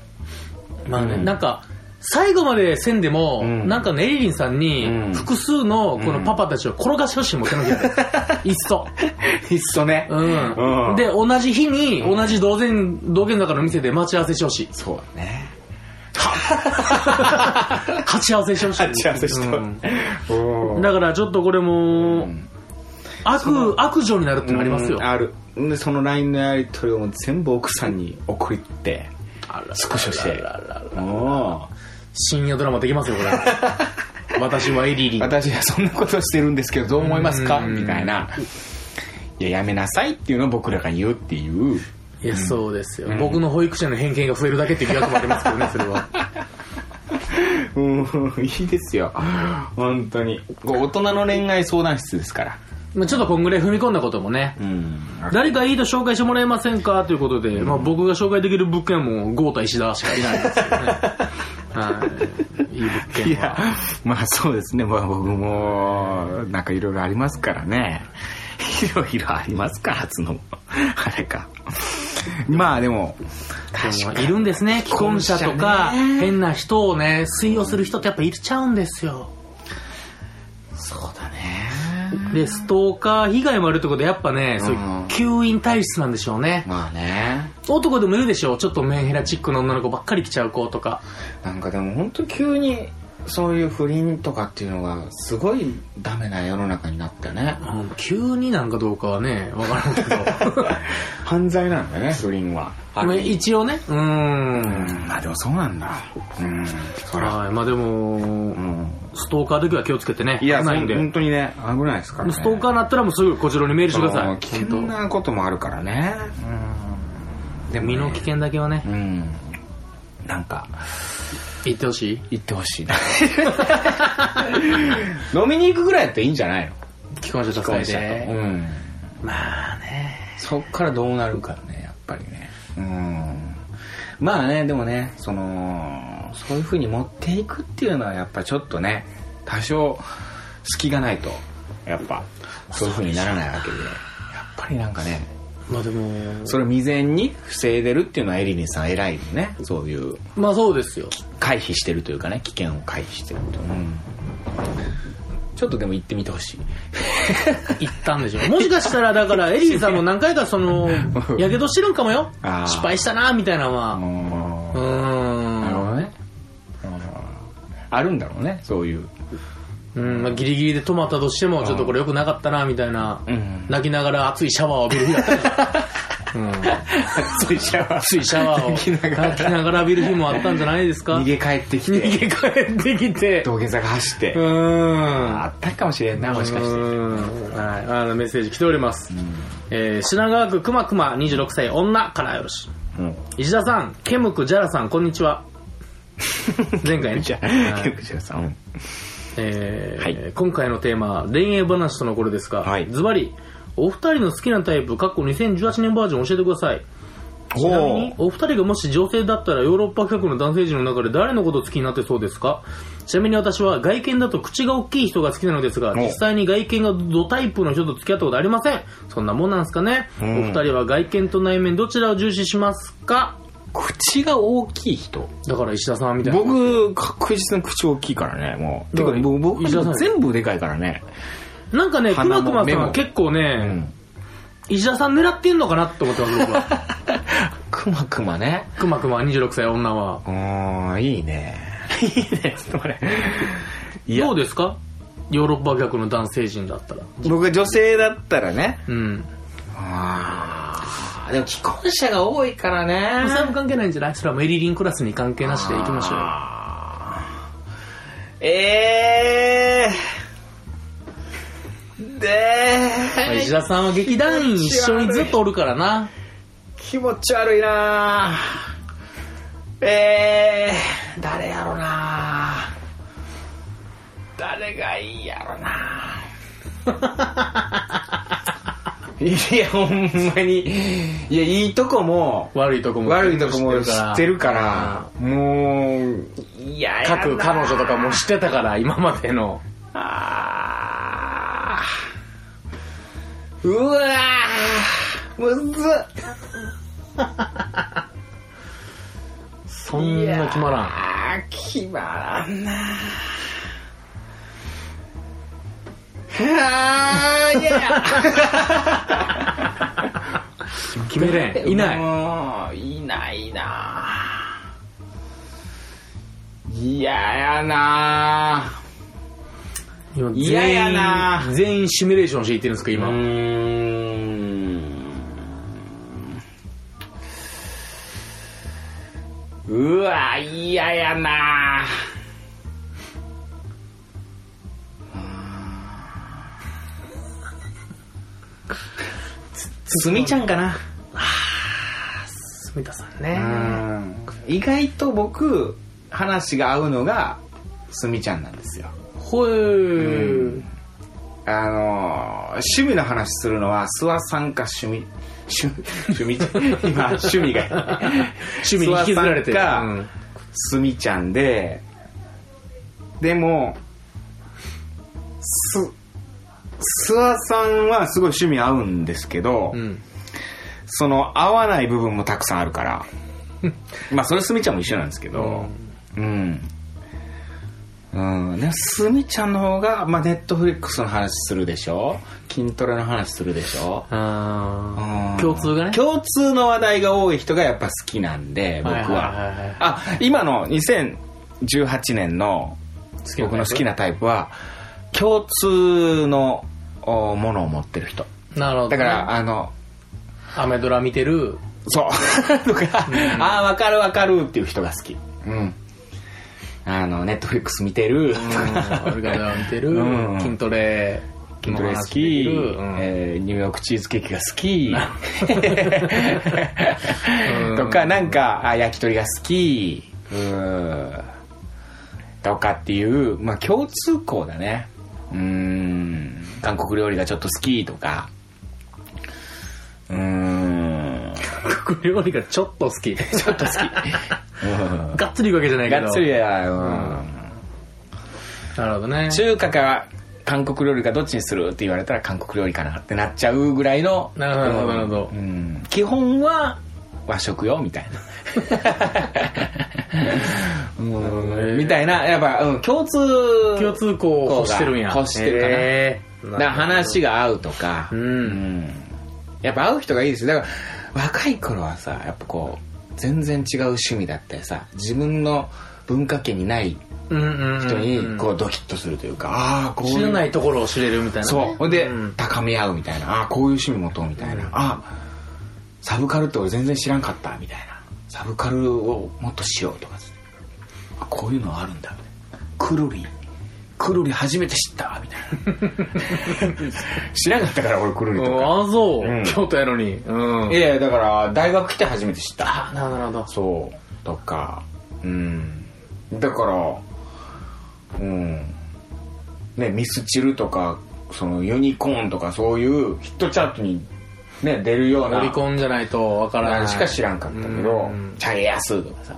B: まあね、
A: うん
B: なんか、最後までせんでも、
A: うん
B: なんかね、エリリンさんに
A: うん、
B: 複数のこのパパたちを転がしてほしいもん、手 (laughs) のひらで。いっそ。
A: いっそね、
B: うん。
A: うん
B: で、同じ日に、同じ同然、道玄坂の店で待ち合わせしてほしい。
A: そうだね
B: 鉢合わせしてほしい。
A: 幸せした、
B: うん
A: うん
B: だからちょっとこれも、
A: ん
B: 悪、悪女になるってのありますよ
A: うん。あるでその LINE のやり取りを全部奥さんに送って
B: あら
A: スクショして
B: あらららら
A: もう
B: 深夜ドラマできますよ、これ。 (laughs) 私はエリリン。
A: 私はそんなことしてるんですけどどう思いますか
B: うん
A: みたいな。いや、やめなさいっていうのを僕らが言うっていう。
B: いや、そうですよ、僕の保育士の偏見が増えるだけっていう疑惑もありますけどね、それは。
A: うん、いいですよ。本当に。こう大人の恋愛相談室ですから。
B: まあちょっとこんぐらい踏み込んだこともね、
A: うん。
B: 誰かいいと紹介してもらえませんかということで、まあ、僕が紹介できる物件はもう豪太石田しかいないんですけどね。はい。いい物
A: い
B: 件
A: や
B: は。、
A: まあそうですね。まあ僕も、なんかいろいろありますからね。いろいろありますから、初の。あれか。まあでも、
B: でもいるんですね、既婚者とか、
A: 既婚者ね
B: 変な人をね、推用する人ってやっぱいるちゃうんですよ。
A: そうだね。
B: で、ストーカー被害もあるってことで、やっぱね、そういう吸引体質なんでしょうね。
A: まあね。
B: 男でもいるでしょう、ちょっとメンヘラチックの女の子ばっかり来ちゃう子とか。
A: なんかでも本当急にそういう不倫とかっていうのがすごいダメな世の中になってね
B: うん急になんかどうかはね、わから
A: (laughs)
B: んけど。 (laughs)
A: 犯罪なんだね不倫は
B: でも一応ね、うー
A: うん
B: ん。
A: まあでもそうなんだうんそら
B: はい、まあでも
A: う、ん
B: ストーカーだけは気をつけてね。
A: いや
B: 危ないんで。
A: 本当にね危ないですから、ね、
B: ストーカーになったらもうすぐこちらにメールしてくださ
A: も。
B: いう
A: 危険
B: 本
A: なこともあるからねうんで
B: 当身の危険だけはね
A: う、んなんか
B: 言ってほしい。
A: 言ってほしいな (laughs) 飲みに行くぐらいやったらいいんじゃないの
B: 既婚者助け
A: う
B: て。
A: ん
B: まあね。
A: そっからどうなるかね、やっぱりね。うん。まあね、でもね、その、そういう風に持っていくっていうのはやっぱちょっとね、多少隙がないと、やっぱ、そういう風にならないわけで、やっぱりなんかね、
B: まあでも、
A: それを未然に防いでるっていうのはエリリンさん偉いよね。そういう、
B: まあそうですよ。
A: 回避してるというかね、危険を回避してるという。うんちょっとでも行ってみてほ (laughs) しい。
B: 言ったんでしょう。もしかしたら、だ
A: (laughs)
B: から、エリーさんも何回かその、やけどしてるんかもよ。
A: あー
B: 失敗したな、みたいなの
A: う
B: は。
A: ん
B: うーん。
A: なるほどね。うんあるんだろうね、そういう。
B: うん、まあ、ギリギリで止まったとしても、ちょっとこれ良くなかったな、みたいな、
A: ん
B: 泣きながら熱いシャワーを浴びる日だったりうん、
A: (laughs) 熱いシャワ
B: 熱いシャワ
A: (laughs)
B: ーを
A: 泣きながら
B: (laughs) 泣きながら浴びる日もあったんじゃないですか
A: 逃げ帰ってき
B: 逃
A: て、
B: げ帰ってきて。
A: 土下座が走って
B: (laughs) う、ーん。
A: あったかもしれんな、もしかして。
B: うーんはい、あのメッセージ来ております。えー品川区くまくま26歳女からよろしい。
A: うん。
B: 石田さん、ケムクジャラさん、こんにち (laughs) は。前回ね。
A: じゃ
B: は
A: あ、
B: い
A: ゆくちゃんさん。うん
B: えー
A: はい
B: 今回のテーマは恋愛話とのこれですが、
A: はい
B: ズバリお二人の好きなタイプかっこ2018年バージョン教えてくださいちなみに
A: おー
B: お二人がもし女性だったらヨーロッパ企画の男性陣の中で誰のことを好きになってそうですかちなみに私は外見だと口が大きい人が好きなのですが
A: お
B: 実際に外見がドタイプの人と付き合ったことありませんそんなもんなんですかね、
A: ん
B: お二人は外見と内面どちらを重視しますか
A: 口が大きい人
B: だから石田さんみたいな
A: 僕、確実に口大きいからね、もう。てか、
B: だから
A: 僕、僕
B: 石田さん
A: 全部でかいからね。
B: なんかね、く
A: 鼻
B: ま
A: も
B: くまさ
A: 目
B: ん
A: も
B: は結構ね、
A: ん
B: 石田さん狙ってんのかなって思ってます、
A: (laughs)
B: 僕は。
A: くまくまね。
B: くまくま26歳女は。
A: うーん、いいね。 (laughs) いいね、それ。いや
B: どう、ですかヨーロッパ客の男性陣だったら。
A: (laughs) 僕が女性だったらね。
B: うん。
A: あーでも既婚者が多いからね。
B: それも関係ないんじゃないそれはメリリンクラスに関係なしで行きましょうよ。
A: えー。で
B: まあ石
A: ー、
B: 田さんは劇団員一緒にずっとおるからな。
A: 気持ち悪いなーえー、誰やろなー誰がいいやろなー (laughs) いや、ほんまに。いや、いいとこも、
B: 悪いとこも
A: 悪いとこも知ってるから、もう、いややだな
B: 各彼女とかも知ってたから、今までの。
A: あーうわーむずっ
B: そんな決まらん。
A: あー決まらんなあーいや
B: 決めれん。いない。
A: いいないないややな
B: 今
A: 嫌
B: 全
A: やな
B: 員、全員シミュレーションしていってるんですか、
A: う
B: 今。
A: ーんうわ嫌やなすみちゃんかな
B: 住田さんね。
A: 意外と僕話が合うのがすみちゃんなんですよ
B: ほえー。
A: あのー趣味の話するのは諏訪さんか趣味趣趣
B: (laughs)
A: 味今趣味が
B: 趣味に引きずられて
A: 諏
B: る。
A: 訪さ
B: うんん
A: かすみちゃんででもす諏訪さんはすごい趣味合うんですけど、
B: うん。
A: その合わない部分もたくさんあるから
B: (laughs)
A: まあそれすみちゃんも一緒なんですけどうんうん、ね、すみちゃんの方が、まあ、ネットフリックスの話するでしょ筋トレの話するでしょ
B: あ
A: うん
B: ー共通がね。
A: 共通の話題が多い人がやっぱ好きなんで僕は,、
B: はいはいはいはい
A: あ今の2018年の
B: きなタイプ
A: 僕の好きなタイプは共通のおものを持ってる人
B: なるほどね。
A: だからあの
B: アメドラ見てる。
A: そう。 (laughs) とか、ああ、わかるわかるっていう人が好き。うん。あの、ネットフリックス見てる。とか
B: オルガダ見てる
A: う。ん
B: 筋トレ。
A: 筋トレ好き、
B: 筋トレ好き。
A: えーニューヨークチーズケーキが好き (laughs)
B: うん
A: とかなんかあ焼き鳥が好きうんとかっていう、まあ、共通項だねうん韓国料理がちょっと好きとか (laughs) うん
B: 国料理がちょっと好き。
A: ちょっと好き、うん
B: がっつりいくわけじゃないけど。
A: がっつりや、うん
B: なるほどね。
A: 中華か韓国料理かどっちにするって言われたら韓国料理かなってなっちゃうぐらいの
B: なるほどなるほど
A: うん基本は和食よみたい
B: (laughs)
A: な、うんみたいなやっぱ、うん、共通
B: 共通項を欲してるんや。
A: 欲してるかな
B: へー
A: だから話が合うとか、
B: うん
A: んやっぱ会う人がいいですよだから若い頃はさやっぱこう全然違う趣味だったりさ自分の文化圏にない
B: うんうんうん
A: 人にこうドキッとするというか、ああこう
B: 知
A: い
B: ら
A: う
B: ないところを知れるみたいなね。
A: そうほんで、
B: ん
A: 高め合うみたいなああこういう趣味持とうみたいな、
B: うん
A: あサブカルって俺全然知らんかったみたいなサブカルをもっとしようとかつってあこういうのあるんだくるりくるり初めて知ったみたい
B: (laughs)
A: な知らなかったから俺くるりとか
B: ああ、そうう。
A: ん
B: 京都やのに。うん。
A: いやいやだから大学来て初めて知った
B: なるほどなるほど。
A: そうとかうんだからうんねミスチルとかそのユニコーンとかそういうヒットチャートに、ね、出るような
B: オリコンじゃないとわからない。
A: しか知らんかったけ
B: う
A: ど
B: ん
A: チャゲヤスとかさ、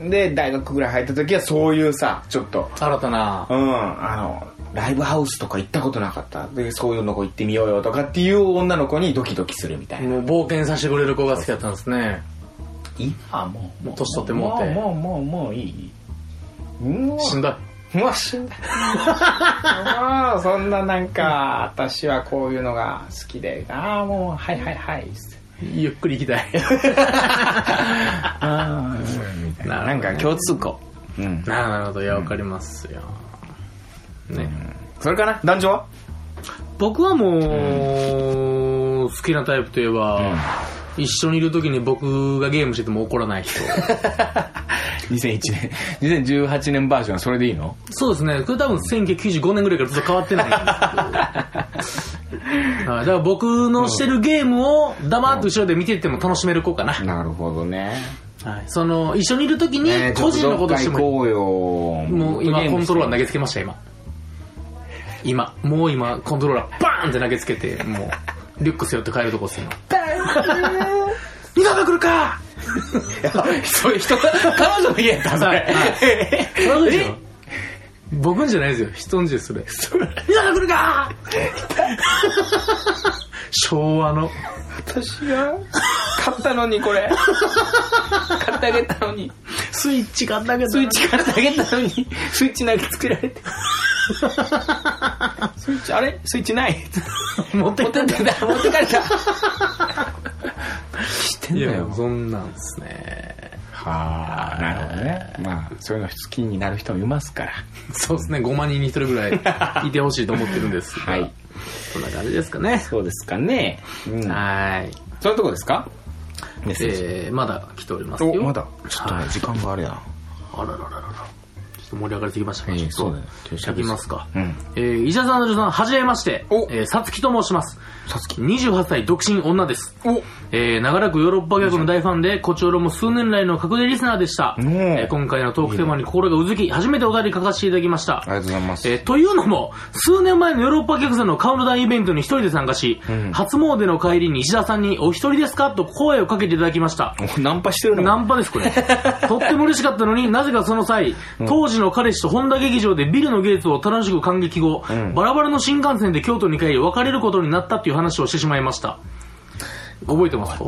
A: うん、で大学ぐらい入った時はそういうさちょっと
B: 新たな
A: う。んあのライブハウスとか行ったことなかったでそういうのこ行ってみようよとかっていう女の子にドキドキするみたいな、
B: もう冒険させてくれる子が好きだったんですね。
A: 今はもうもう
B: 年取ってもうて
A: もうもうもうもういいもう
B: しんどい。
A: もう死んだ。あ (laughs) あ、そんななんか、私はこういうのが好きで、ああ、もう、はいはいはい、つって
B: ゆっくり行きたい。 (laughs)
A: あーみたいな。なんか共通項。うん。
B: なるほど、いや、わかりますよ。ね。
A: それかな男女 (laughs) は
B: 僕はもう、好きなタイプといえば、一緒にいる時に僕がゲームしてても怒らな
A: (laughs)
B: い人。
A: ?2001 年、2018年バージョンはそれでいいの
B: そうですね。これ多分1995年ぐらいからずっと変わっ
A: (laughs)
B: てないんですけど。はい、だから僕のしてるゲームを黙って後ろで見てても楽しめる子かな。
A: なるほどね。
B: はい、その、一緒にいる時に
A: ね
B: 個人のことして
A: ちょっ
B: も
A: とどっか行こうよ。
B: もう今コントローラー投
A: げ
B: げつけました今今もう今コントローラーバーンって投げつけてもうリュック背負って帰るとこっすよ二度と来るか
A: それ人が、彼女の家やったんそ
B: はい
A: れ。
B: そうでしょ
A: え
B: 僕んじゃないですよ人んじゃそれ二度と来るか昭和の
A: 私が買ったのにこれ。 (laughs) 買ってあげたのに。
B: スイッチ買ってあげた
A: スイッチ買ってあげたのに、スイッチ投げつけられて。スイッチ、あれスイッチない。
B: 持って
A: 持
B: き
A: って
B: た
A: っ
B: んだ
A: て (laughs) た、持ってかれた。してん
B: い
A: だ
B: や
A: よ。
B: そんなんですね
A: はあ、なるほどね。まあ、そういうの好きになる人もいますから。
B: そうですね5万人に1人ぐらいいてほしいと思ってるんですが
A: (laughs) はい
B: そんな感じですかね
A: そうですかね。うん。
B: はい
A: そういうとこですかメッセージ。
B: えー、まだ来ておりますよ。
A: お、まだ。ちょっと
B: は
A: ね
B: い、
A: 時間があれや。
B: あららららら。ちょっと盛り上がりすぎましたね。
A: ええ
B: ちょっと
A: そうだよ
B: いきますか。
A: うん
B: えー、伊沢さん、アンドさん、はじめまして。
A: お
B: えー、さつきと申します。
A: さつき。
B: 28歳、独身女です。
A: お
B: えー、長らくヨーロッパ客の大ファンで、こちおろも数年来の隠れリスナーでした。
A: ん
B: えー今回のトークテーマに心がうずき、初めてお題に書かせていただきました。
A: ありがとうございます。
B: えーというのも、数年前のヨーロッパ客船のカウントダウンイベントに一人で参加し、初詣の帰りに石田さんにお一人ですかと声をかけていただきました。
A: おナンパしてるの
B: ナンパです、これ。とっても嬉しかったのに、なぜかその際、当時の彼氏と本田劇場でビルのゲーツを楽しく感激後、バラバラの新幹線で京都に帰り別れることになったっていう話をしてしまいました。覚えてますか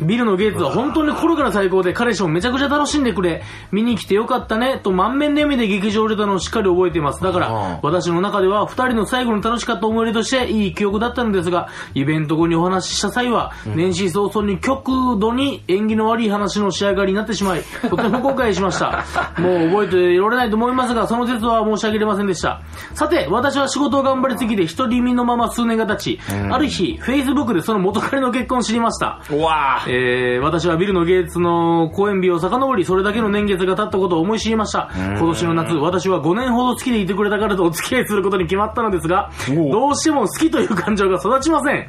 B: ビルのゲーツは本当に心から最高で彼氏もめちゃくちゃ楽しんでくれ見に来てよかったねと満面の笑みで劇場を出たのをしっかり覚えていますだか
A: うん
B: ら私の中では2人の最後に楽しかった思い出としていい記憶だったのですがイベント後にお話しした際は年始早々に極度に縁起の悪い話の仕上がりになってしまいとても後悔しましたもう覚えていられないと思いますがその説は申し上げれませんでしたさて私は仕事を頑張りすぎて独り身のまま数年が経ちある日 Facebook でその元彼の結婚を知りました
A: うわぁ。
B: えー私はビルのゲイツの公演日を遡り、それだけの年月が経ったことを思い知りました。今年の夏、私は5年ほど好きでいてくれた彼とお付き合いすることに決まったのですが、
A: おう
B: どうしても好きという感情が育ちません。
A: え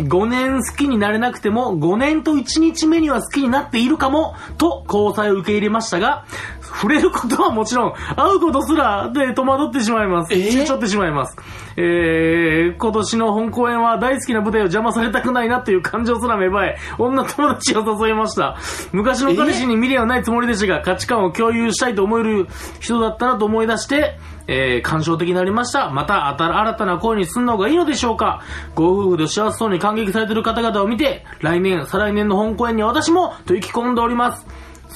A: ー
B: 5年好きになれなくても、5年と1日目には好きになっているかも、と交際を受け入れましたが、触れることはもちろん、会うことすらで戸惑ってしまいます。
A: えー
B: 躊躇ってしまいます。えー、今年の本公演は大好きな舞台を邪魔されたくないなという感情すら芽生え、女友達を誘いました。昔の彼氏に未練はないつもりでしたが、価値観を共有したいと思える人だったなと思い出して、えー、感傷的になりました。また、あた新たな恋に進むのがいいのでしょうかご夫婦で幸せそうに感激されている方々を見て、来年、再来年の本公演には私も、と意気込んでおります。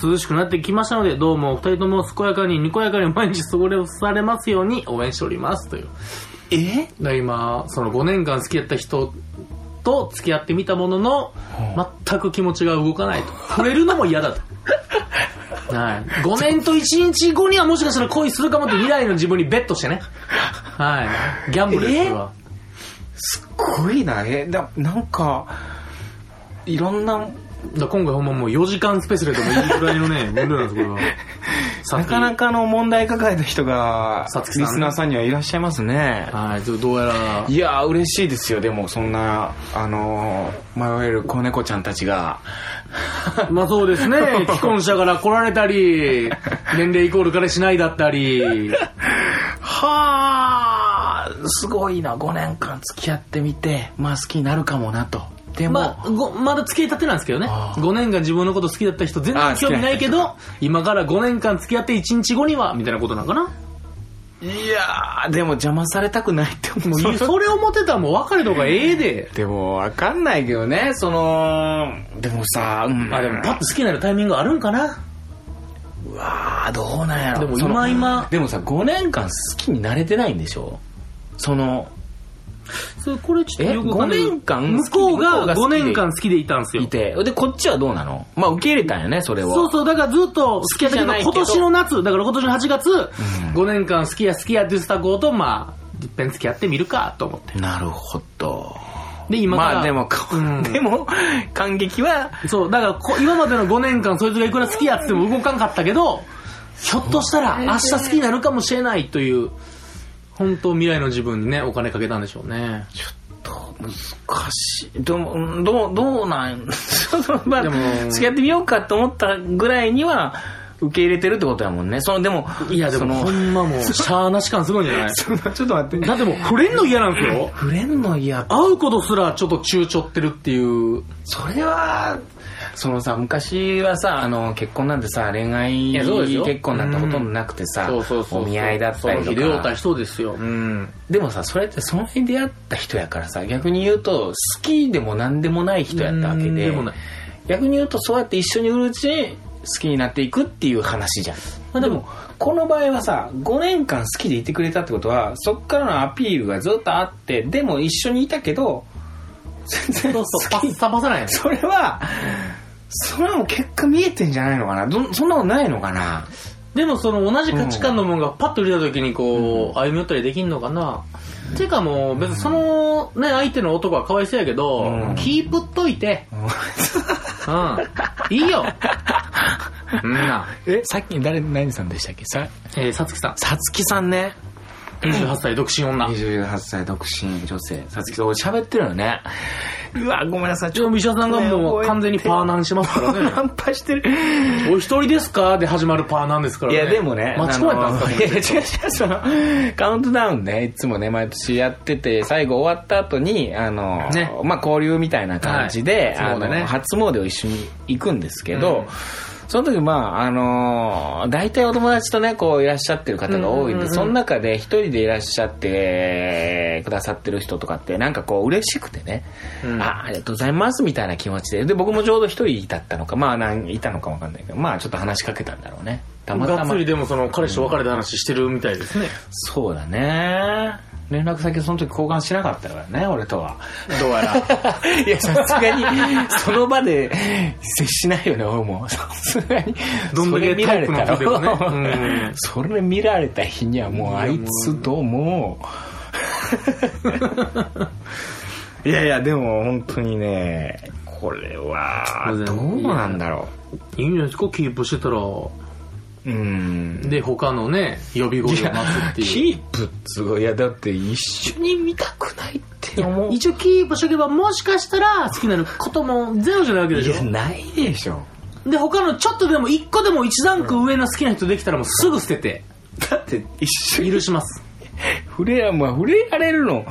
B: 涼しくなってきましたので、どうもお二人とも健やかに、にこやかに毎日過ごされますように応援しております。という。
A: え
B: だから今その5年間付き合った人と付き合ってみたものの全く気持ちが動かないと触れるのも嫌だ
A: (laughs)
B: とはい、5年と1日後にはもしかしたら恋するかもって未来の自分にベットしてねはいギャンブルです
A: え
B: それは
A: すっごいな。え、だなんか、いろんな、
B: だから今回ほんまもう4時間スペシャルでもいいぐらいのね分量なんですこれはさっ
A: な
B: き
A: かなかの問題抱えた人が、
B: さつきさん
A: リスナーさんにはいらっしゃいますね。
B: はいちょっとどうやら
A: いやー嬉しいですよ。でも、そんな、あのー、迷える子猫ちゃんたちが。
B: まあそ
A: (laughs)
B: うですね既婚者から来られたり年齢イコール彼しないだったり
A: はあすごいな。5年間付き合ってみて、まあ好きになるかもなと。でも、
B: まあ、ごまだ付き合いたてなんですけどね
A: あー
B: 5年間自分のこと好きだった人全
A: あー
B: 然興味ないけど今から5年間付き合って1日後にはみたいなことなのかない
A: やーでも邪魔されたくないって思
B: もう
A: う。
B: それを持てたらもう別れた方がええで
A: でも、わかんないけどね、その、でもさ、うん
B: あでもパッと好きになるタイミングあるんかな
A: わーどうなんやろ
B: でも
A: その
B: 今今
A: でもさ5年間好きになれてないんでしょその
B: それこれちょっとよくわかんない
A: え五年間
B: 向こ
A: 向
B: う
A: こう
B: が
A: が好
B: 5
A: きで
B: 年間好きでいたんですよ
A: いてでこっちはどうなのまあ受け入れたんよねそれを
B: そうそう、だからずっと好きやっ
A: 好きじ
B: たけ
A: ゃ
B: ど、
A: ないけど
B: 今年の夏、だから今年の8月、5年間好きや好きやって言ってた子と、まあ、いっぺん付き合ってみるかと思って。
A: なるほど
B: で、今から。
A: まあでも、
B: うん
A: でも感激は
B: そう、だからこ今までの5年間そいつがいくら好きやっつっても動かんかったけど、ひょっとしたら明日好きになるかもしれないという、本当未来の自分にね、お金かけたんでしょうね。
A: 難しい。でも、うんどう、どうなん (laughs) そのまあ、
B: でも
A: 付き合ってみようかと思ったぐらいには、受け入れてるってことやもんね。その、でも、
B: いや、でも
A: その
B: ほんまもう、シャーなし感すごいんじゃない
A: その、ちょっと待って。
B: だってもう、触れんの嫌なんですよ。
A: 触れんの嫌って
B: 会うことすらちょっと躊躇ってるっていう。
A: それは、そのさ、昔はさ、あの、結婚なんてさ、恋愛
B: やそうですよ
A: 結婚なんてほとんどなくてさ、
B: そうそうそうそう
A: お見合いだったりと
B: その日出会うた
A: か。
B: 人ですよ。うん。
A: でもさ、それってその日出会った人やからさ、逆に言うと、好きでもなんでもない人やったわけで、
B: うんでもない
A: 逆に言うとそうやって一緒にいるうちに好きになっていくっていう話じゃん、
B: まあ
A: で
B: で
A: も
B: も
A: この場合はさ5年間好きでいてくれたってことはそっからのアピールがずっとあってでも一緒にいたけど全然
B: そ
A: 好
B: うそう、パ
A: き
B: ッサパサなんやね。
A: それはそれはもう結果見えてんじゃないのかなどそんなことないのかな
B: でもその同じ価値観のものがパッと出た時にこう、歩み寄ったりできんのかな、ていうかもう別にそのね、相手の男はかわいそうやけど、
A: うん
B: キープっといて、うん。いい
A: (laughs)
B: よ。うんな。
A: (laughs) えさっき誰何さんでしたっけさ
B: えー、さつきさん。
A: さつきさんね
B: 28歳独身女。
A: 28歳独身女性さつきさん俺喋ってるよねうわごめんなさい
B: ちょ、ミシャさんがもう完全にパーナンしてます
A: (laughs)
B: からね。 (laughs)
A: ンパしてる
B: お一人ですかで始まるパーナンですから
A: い
B: ね。
A: や、でもね。
B: 待ち込まれたん
A: あのい (laughs) や、違う違
B: で
A: う、
B: すか
A: その、カウントダウンね、いつもね、毎年やってて、最後終わった後に、あの、
B: ね
A: まあ、交流みたいな感じで、
B: はい
A: あ
B: そうだ
A: の、
B: ね
A: 初詣を一緒に行くんですけど、
B: うん
A: その時、まあ、あの大体お友達とね、こう、いらっしゃってる方が多いんで、
B: うんうんうん
A: その中で一人でいらっしゃってくださってる人とかって、なんかこう、嬉しくてね、
B: うん
A: あ、ありがとうございます、みたいな気持ちで。で、僕もちょうど一人だったのか、まあ、なんいたのかわかんないけど、まあ、ちょっと話しかけたんだろうね。たまた
B: がっ
A: ま
B: つ。りでもその彼氏と別れた話してるみたいですね。
A: そうだね。連絡先その時交換しなかったからね、俺と
B: (laughs)
A: は。
B: どうやら。
A: いや、さすがに、 (laughs) その場で接しないよね、俺も。 (laughs) さすがに。
B: どんだけ
A: それ見られた
B: タイプの人で
A: ら、
B: もねうん
A: (laughs) それ見られた日にはもうあいつとも
B: (laughs)
A: う。いやいや、でも本当にね、これは、どうなんだろ
B: (laughs) いいんじゃないですか、キープしてたら。
A: う。うん。
B: で、他のね、予備語を待つっていう。
A: キープっつうかいや、だって一緒に見たくないって思う。
B: 一応キープしとけば、もしかしたら好きになることもゼロじゃないわけで
A: い
B: し
A: や、
B: ょ。
A: ないでしょ。
B: で、他のちょっとでも、一個でも一段階上の好きな人できたらもうすぐ捨てて、
A: だって一緒に
B: 許します。
A: 触れや、まあ、触れられるの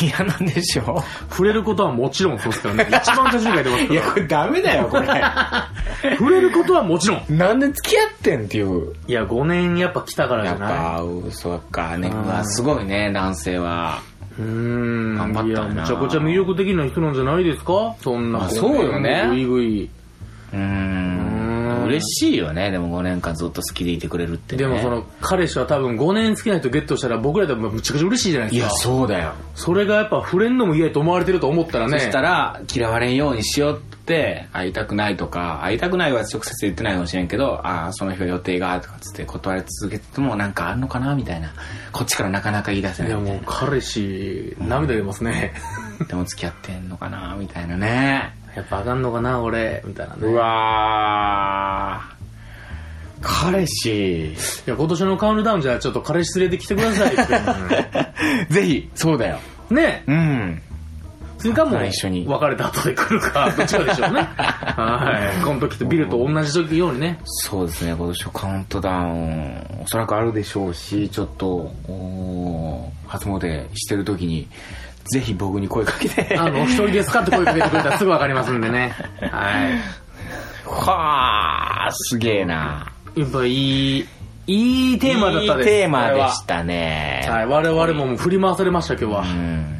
A: 嫌なんでしょ
B: 触れることはもちろんそうですから
A: (laughs)
B: ね。一番手順が出ます
A: い
B: か
A: や、
B: ら。
A: これダメだよ、こ (laughs) れ。
B: 触れることはもちろん。
A: なんで付き合ってんっていう。
B: いや、5年やっぱ来たからじ
A: や
B: ゃ
A: っ
B: ない
A: ぱ、うそっか、ね、
B: う
A: うんわ、すごいね、男性は。
B: うーん
A: 頑張ったない
B: やむちゃくちゃ魅力的な人なんじゃないですかそんな
A: あそうよね
B: ぐいぐいう
A: ーん
B: う。ん
A: 嬉しいよね、でも5年間ずっと好きでいてくれるって、ね。
B: でもそ、の彼氏は多分5年好きな人ゲットしたら僕らでもむちゃくちゃ嬉しいじゃない
A: い
B: です
A: や、
B: か
A: そうだよ。
B: それがやっぱ触れんのも嫌やと思われてると思ったらね
A: そしたら、嫌われんようにしようって、会いたくないとか、会いたくないは直接言ってないかもしれんけど、ああ、その日は予定が、とかつって断り続けてても、なんかあんのかな、みたいな。こっちからなかなか言い出せないい
B: や
A: みたい
B: もう彼氏涙出ますね
A: な。でも付き合ってんのかな、みたいなね。
B: (laughs) やっぱあかんのかな俺みたいなね
A: うわー。彼氏。
B: いや今年のカウントダウンじゃあちょっと彼氏連れてきてくださいっていうのね
A: (laughs) ぜひ、そうだよ。
B: (laughs) ね
A: うん。
B: それかもう
A: 一緒に
B: 別れた後で来るかどっちかでしょう (laughs) ねはいこの時とビルと同じ時ようにね
A: そうですね、今年はカウントダウン、おそらくあるでしょうし、ちょっと、おー初詣してる時に、ぜひ僕に声かけて。
B: あの、お一人ですかって声かけてくれたらすぐわかりますんでね。はい。
A: はあ、すげえな。
B: やっぱいい、いいテーマだったです。
A: いいテーマでしたね。
B: これは。はい、我々ももう振り回されました今日は。
A: うん。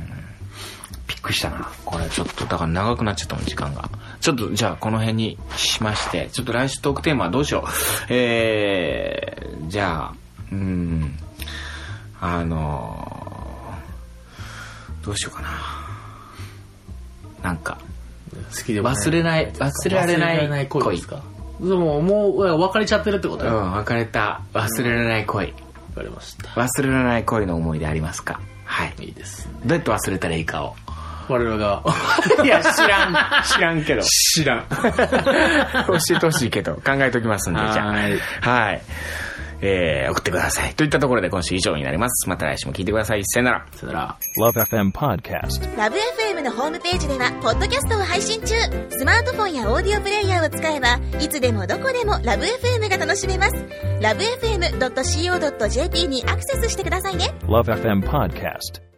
A: びっくりしたな。これちょっと、だから長くなっちゃったもん、時間が。ちょっと、じゃあこの辺にしまして、ちょっと来週トークテーマはどうしよう。えー、じゃあ、うん、あのーどうしようかな。なんか、
B: 好きでもない
A: 忘れない、忘れられない
B: 忘れられない恋ですかでも、もう、別れちゃってるってこと
A: う
B: よ。わ
A: ん、別れた、忘れられない恋。
B: かりました。
A: 忘れられない恋の思い出ありますかはい。
B: いいです。
A: どうやって忘れたらいいかを。
B: 我々が。
A: いや、知らん。知らんけど。
B: 知ら
A: (laughs)
B: ん。
A: 教えてほしいけど、考えておきますんで、じゃあ。
B: はい
A: はい。えー、送ってください。といったところで今週以上になります。また来週も聞いてください。さよなら。
B: さよなら。
C: Love FM Podcast.
D: ラブ f m のホームページではポッドキャストを配信中スマートフォンやオーディオプレイヤーを使えばいつでもどこでもラブ f m が楽しめますラブ FM.co.jp にアクセスしてくださいね
C: Love FM Podcast.